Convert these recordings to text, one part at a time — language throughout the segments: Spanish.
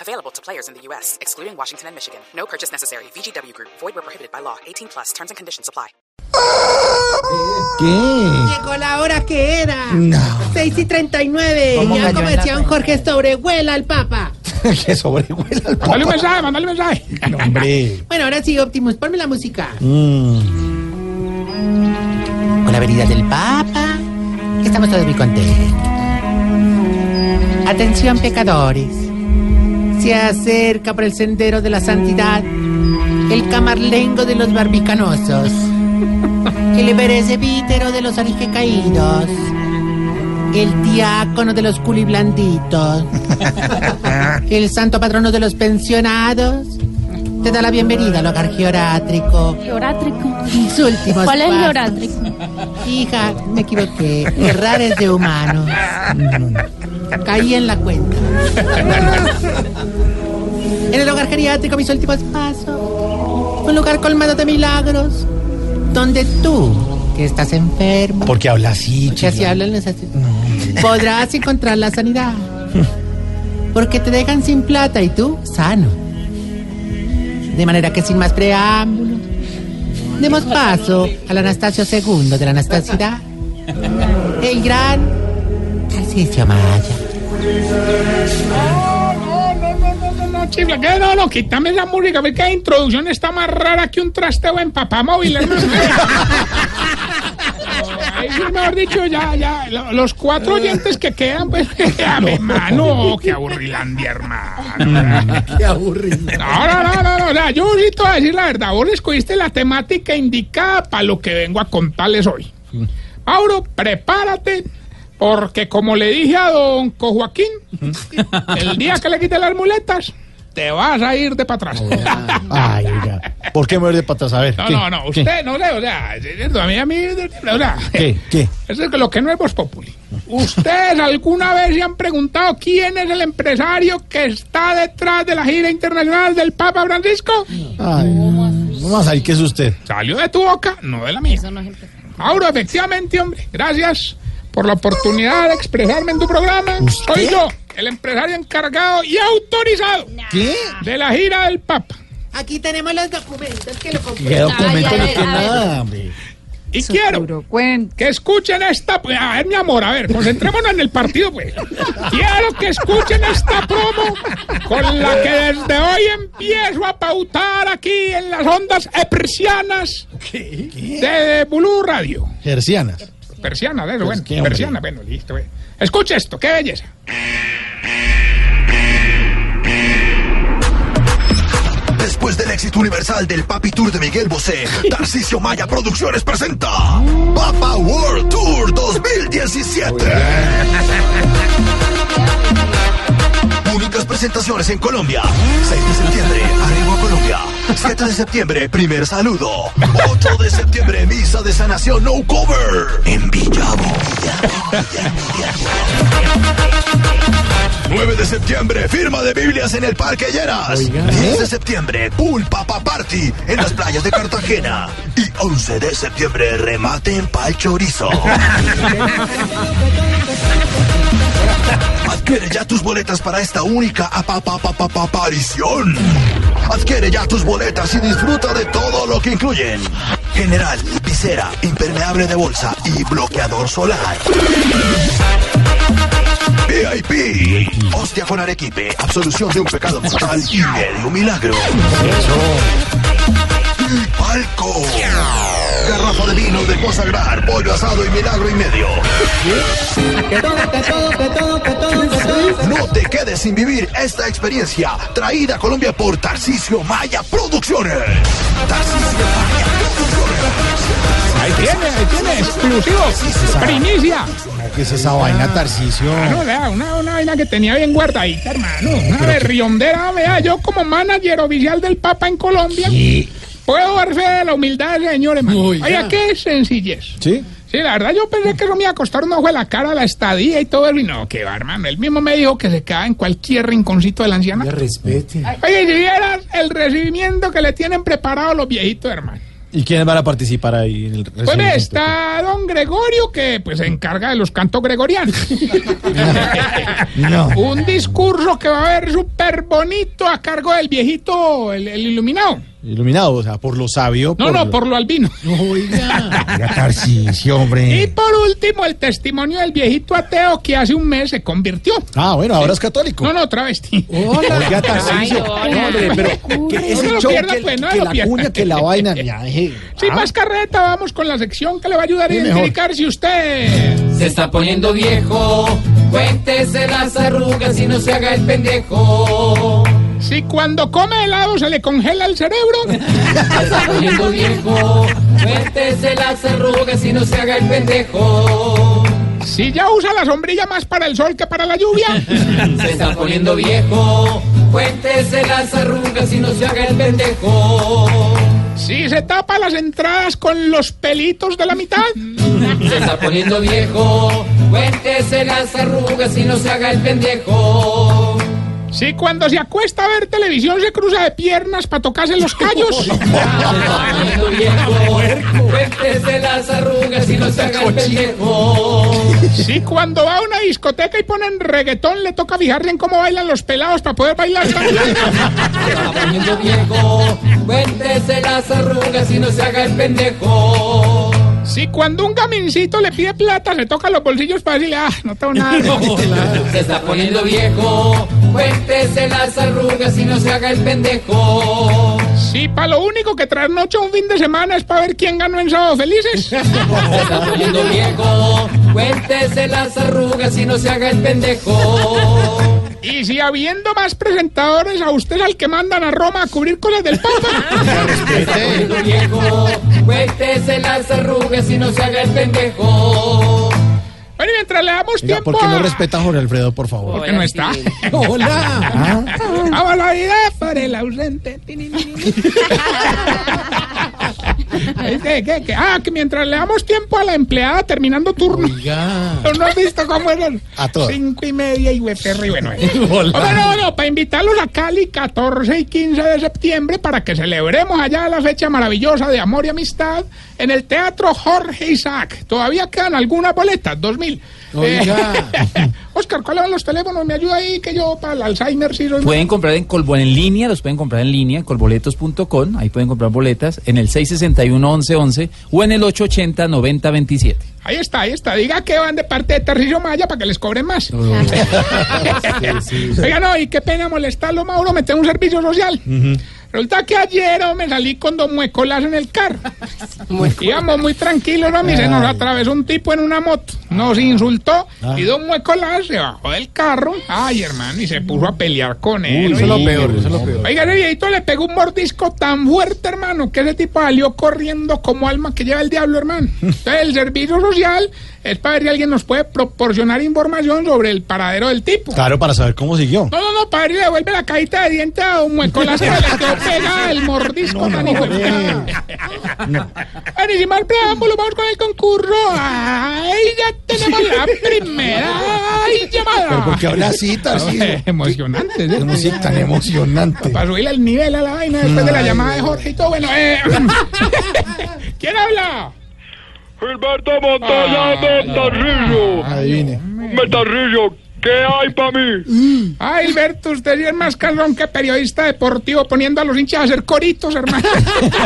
Available to players in the U.S., excluding Washington and Michigan. No purchase necessary. VGW Group, void were prohibited by law. 18 plus terms and conditions apply. ¿Qué? Llegó la hora que era. No. 6 y 39. ¿Cómo Ya cayó como en la decía don Jorge, sobrevuela el Papa. que sobrevuela el Dale un papá. mensaje, mandale un mensaje. No, hombre. Mm. Bueno, ahora sí, Optimus, ponme la música. Con la venida del Papa, estamos todos muy contentos. Atención, pecadores. Se acerca por el sendero de la santidad el camarlengo de los barbicanosos, el evítero de los aljecaídos, el diácono de los culiblanditos, el santo patrono de los pensionados. Te da la bienvenida al hogar georátrico. Lorátrico. Mis últimos ¿Cuál es pasos. lorátrico? Hija, me equivoqué. Errar es de humanos. Caí en la cuenta. En el hogar geriátrico, mis últimos pasos. Un lugar colmado de milagros. Donde tú, que estás enfermo, Porque habla así, que así chica. hablan los así- podrás encontrar la sanidad. Porque te dejan sin plata y tú sano. De manera que sin más preámbulos, demos paso al Anastasio II de la Anastasidad, el gran Tarcisio Maya. No, no, no, no, no, no, chifla, que no, no, quítame esa música, ve que la introducción está más rara que un trasteo en papamóvil, hermano. Ay, sí, mejor dicho, ya, ya, lo- los cuatro oyentes que quedan, pues, a mi hermano, qué aburrilandia, hermano. Qué aburrido. No, no, no, no, no, o sea, yo sí te voy a decir la verdad, vos escogiste la temática indicada para lo que vengo a contarles hoy. Mauro, prepárate, porque como le dije a don Co Joaquín, el día que le quite las muletas, te vas a ir de para atrás. Ay, oiga. ¿Por qué me voy de patas? A ver. No, ¿qué? no, no, ¿Qué? usted no le, o sea, es cierto, a mí, a mí, o sea, ¿Qué? ¿Qué? eso es lo que no es Voz Populi. ¿Ustedes alguna vez se han preguntado quién es el empresario que está detrás de la gira internacional del Papa Francisco? Ay, no más ahí, ¿qué es usted? Salió de tu boca, no de la mía. Mauro, efectivamente, hombre, gracias por la oportunidad de expresarme en tu programa. ¿Usted? Soy yo, el empresario encargado y autorizado ¿Qué? de la gira del Papa. Aquí tenemos los documentos que lo ¿Qué comprueban. documento Ay, a no ver, tiene a ver. nada, hombre? Y quiero que escuchen esta... A ver, mi amor, a ver, concentrémonos en el partido, pues. Quiero que escuchen esta promo con la que desde hoy empiezo a pautar aquí en las ondas persianas de Blue Radio. Gercianas. Persiana, de eso, Pues, bueno. ¿qué, hombre? Persiana, bueno, listo, eh. Escucha esto, qué belleza. Después del éxito universal del Papi Tour de Miguel Bosé, Tarcisio Maya Producciones presenta Papa World Tour 2017. Únicas presentaciones en Colombia. 6 de septiembre, Arriba Colombia. 7 de septiembre, primer saludo. 8 de septiembre, misa de sanación no cover. En Villavo, Villavo, Villavo, Villavo. 9 de septiembre, firma de Biblias en el Parque Lleras. Oiga. 10 de septiembre, Pool Papa Party en las playas de Cartagena. Y 11 de septiembre, remate en Pal Chorizo. Adquiere ya tus boletas para esta única apa- pa- pa- pa- pa- aparición. Adquiere ya tus boletas y disfruta de todo lo que incluyen. General, visera, impermeable de bolsa y bloqueador solar. VIP. Hostia con Arequipe. Absolución de un pecado mortal y medio milagro. Y palco. Garrafa de vino de consagrar, pollo asado y milagro y medio. De todo, de todo, de todo, de todo, de todo. No te quedes sin vivir esta experiencia traída a Colombia por Tarcisio Maya Producciones. Tarcisio Maya Producciones. Ahí tiene, ahí tiene, exclusivo, primicia. ¿Qué es esa vaina, Tarcicio? No, vea, una, una vaina que tenía bien guardadita, hermano. Una berriondera, vea, yo como manager oficial del Papa en Colombia. Puedo dar fe de la humildad del señor, hermano. Oiga. Oiga, qué sencillez. ¿Sí? Sí, la verdad yo pensé que eso me iba a costar un ojo de la cara, la estadía y todo eso. Y no, qué va, hermano. Él mismo me dijo que se queda en cualquier rinconcito de la anciana. Respete. Oye, y si vieras el recibimiento que le tienen preparado los viejitos, hermano. ¿Y quiénes van a participar ahí en el Pues recibimiento? está don Gregorio, que pues se encarga de los cantos gregorianos. No. Un discurso que va a haber súper bonito a cargo del viejito, el, el iluminado. Iluminado, o sea, por lo sabio. No, no, por lo albino. Oiga, Tarcisio, hombre. Y por último, el testimonio del viejito ateo que hace un mes se convirtió. Ah, bueno, ahora es católico. No, no, travesti. Oiga, Tarcisio. hombre, pero que No lo show pierdas, que, pues, no que lo la pierdas. cuña, que la vaina. ya, eh. Sin más carreta, vamos con la sección que le va a ayudar a Sí, mejor. identificar si usted... Se está poniendo viejo, cuéntese las arrugas y no se haga el pendejo. Si cuando come helado se le congela el cerebro... Se está poniendo viejo, cuéntese las arrugas y no se haga el pendejo. Si ya usa la sombrilla más para el sol que para la lluvia. Se está poniendo viejo, cuéntese las arrugas y no se haga el pendejo. Si se tapa las entradas con los pelitos de la mitad. Se está poniendo viejo, cuéntese las arrugas y no se haga el pendejo. Si cuando se acuesta a ver televisión se cruza de piernas para tocarse los callos. Se está poniendo viejo, cuéntese las arrugas y no se haga el pendejo. Si cuando va a una discoteca y ponen reggaetón le toca fijarse en cómo bailan los pelados para poder bailar también. Se está poniendo viejo, cuéntese las arrugas y no se haga el pendejo. Si cuando un gamincito le pide plata le toca los bolsillos para decirle, ah, no tengo nada. Se está poniendo viejo, cuéntese las arrugas y no se haga el pendejo. Si para lo único que trasnocha un fin de semana es para ver quién ganó en Sábado Felices. Se está poniendo viejo, cuéntese las arrugas y no se haga el pendejo. Y si habiendo más presentadores, a usted es al que mandan a Roma a cubrir cosas del Papa. Poniendo viejo, cuéntese las arrugas y no se haga el pendejo. bueno, y mientras le damos Oiga, tiempo ¿por qué no a- respeta a Jorge Alfredo, por favor? Porque no está. Hola. Vamos la vida para el ausente. ¿Qué, qué, qué? Ah, que mientras le damos tiempo a la empleada terminando turno. Oiga. ¿No has visto cómo eran? A todas. Cinco y media y UFR y bueno. eh. Hola. Hombre, no, no, para invitarlos a Cali 14 y 15 de septiembre para que celebremos allá la fecha maravillosa de amor y amistad en el Teatro Jorge Isaac. Todavía quedan algunas boletas, 2000. Oiga. Oscar, ¿cuáles van los teléfonos? Me ayuda ahí que yo para el Alzheimer sí soy Pues Pueden comprar en Colbón en línea, los pueden comprar en línea, colboletos.com, ahí pueden comprar boletas en el 661-1111 o en el 880-9027. Ahí está, ahí está. Diga que van de parte de Tarcillo Maya para que les cobren más. Oiga, no, y qué pena molestarlo, Mauro, me tengo un servicio social. Resulta que ayer oh, me salí con dos muecolas en el carro. Íbamos muy tranquilos, ¿no? Y se nos atravesó un tipo en una moto. Ah. Nos insultó y dos muecolas se bajó del carro. Ay, hermano, y se puso a pelear con él. Eso es oiga. lo peor, eso es lo peor. Oiga, ese viejito le pegó un mordisco tan fuerte, hermano, que ese tipo salió corriendo como alma que lleva el diablo, hermano. Entonces, el servicio social es para ver si alguien nos puede proporcionar información sobre el paradero del tipo. Claro, para saber cómo siguió. No, no, no, padre, le devuelve la cajita de dientes a un muecolas que le quedó pegada el mordisco tan hijo de puta. Bueno, y sin más preámbulo, vamos con el concurso. ¡Ay, ya tenemos la primera ay, Pero llamada! ¿por qué habla así, Tarcisio? Emocionante, Es ¿sí? una música tan emocionante. Para subirle el nivel a la vaina después de la llamada de Jorge y todo. Bueno, eh, ¿quién habla? Ah, Gilberto Montoya Metarrillo. Adivine. Metarrillo, ¿qué hay para mí? Ay, Alberto, usted sí es más calón que periodista deportivo poniendo a los hinchas a hacer coritos, hermano.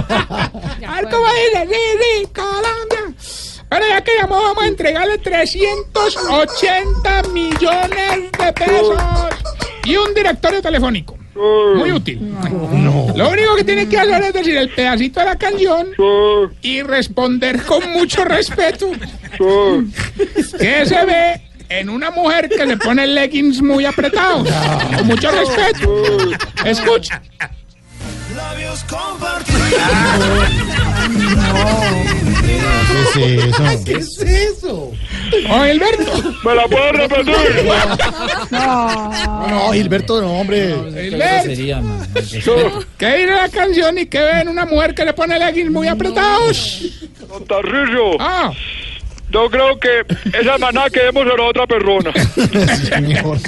a ver cómo dice, sí, sí, Colombia. Bueno, ya que llamó, vamos a entregarle 380 millones de pesos y un directorio telefónico. Muy útil. Lo único que tiene que hacer es decir el pedacito de la canción Sí, y responder con mucho respeto. sí. ¿Qué se ve en una mujer que le pone leggings muy apretados? Con mucho respeto. Escucha. Pues ¿Qué es eso? ¡Oh, Gilberto! ¿Me la puedes repetir? No, Gilberto, no, hombre. Gilberto, que viene la canción y que ven una mujer que le pone leggings muy apretados. Don Tarrillo, Ah, yo creo que esa maná que vemos era otra persona. Señor.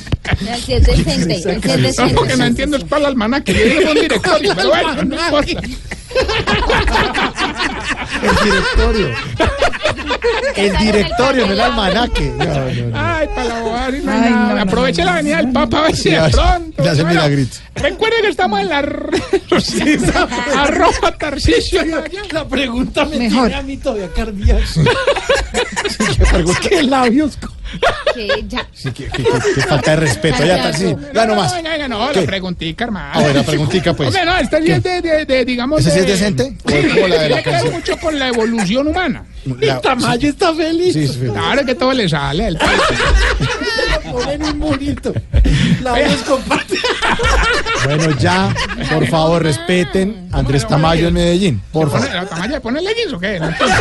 Así es decente, así es no, porque no decente. entiendo es para la hermana que viene con directorio, pero bueno, no importa. El directorio. El directorio, no el almanaque. No, no, no. Ay, para la bobada, sí, no hay nada. Aproveche la venida del Papa a ver si Le de hace- pronto. le hace Bueno, milagrito. Recuerden que estamos en la r- arroba Tarcisio. La pregunta me Mejor. tiene a mí todavía cardíaco. ¿Qué labios? Que ya. Sí, qué, qué- qué- qué falta de respeto. Ya, Tarsi. Ya nomás. Venga, venga, no, la ¿Qué? preguntica, hermano. A ver, la preguntica, pues. Hombre, no, esta sí es de, de- de, digamos. ¿Ese sí es de- decente? Sí, ¿O como la de la tiene que ver canción? mucho con la evolución humana. La- Tamayo está feliz. sí, sí, sí. Claro que todo le sale. al- Ponen un murito. Labios comparte. Bueno, ya, por favor, respeten a Andrés Tamayo en Medellín. Por favor. Pone- ¿La Tamaya le pone leggings o qué? No entiendo.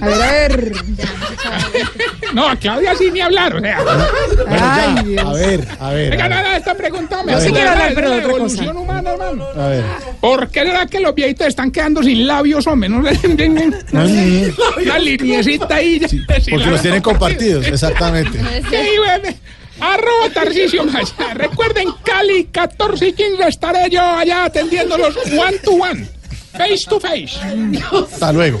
A ver, a ver. No, a Claudia sí ni hablar, o sea. Bueno, ya, a ver, a ver. Venga, A ver. nada, esta pregunta me Yo sí hace quiero hablar, pero de la evolución humana, hermano. A ver. ¿Por qué será que los viejitos están quedando sin labios, hombre? No le den Sí, una liniecita ahí. ya, sin Porque los labios tienen compartidos, exactamente. Sí, bebé. Arroba Tarcisio Maya. Recuerden, Cali, 14 y 15 estaré yo allá atendiéndolos one to one. Face to face. Hasta luego.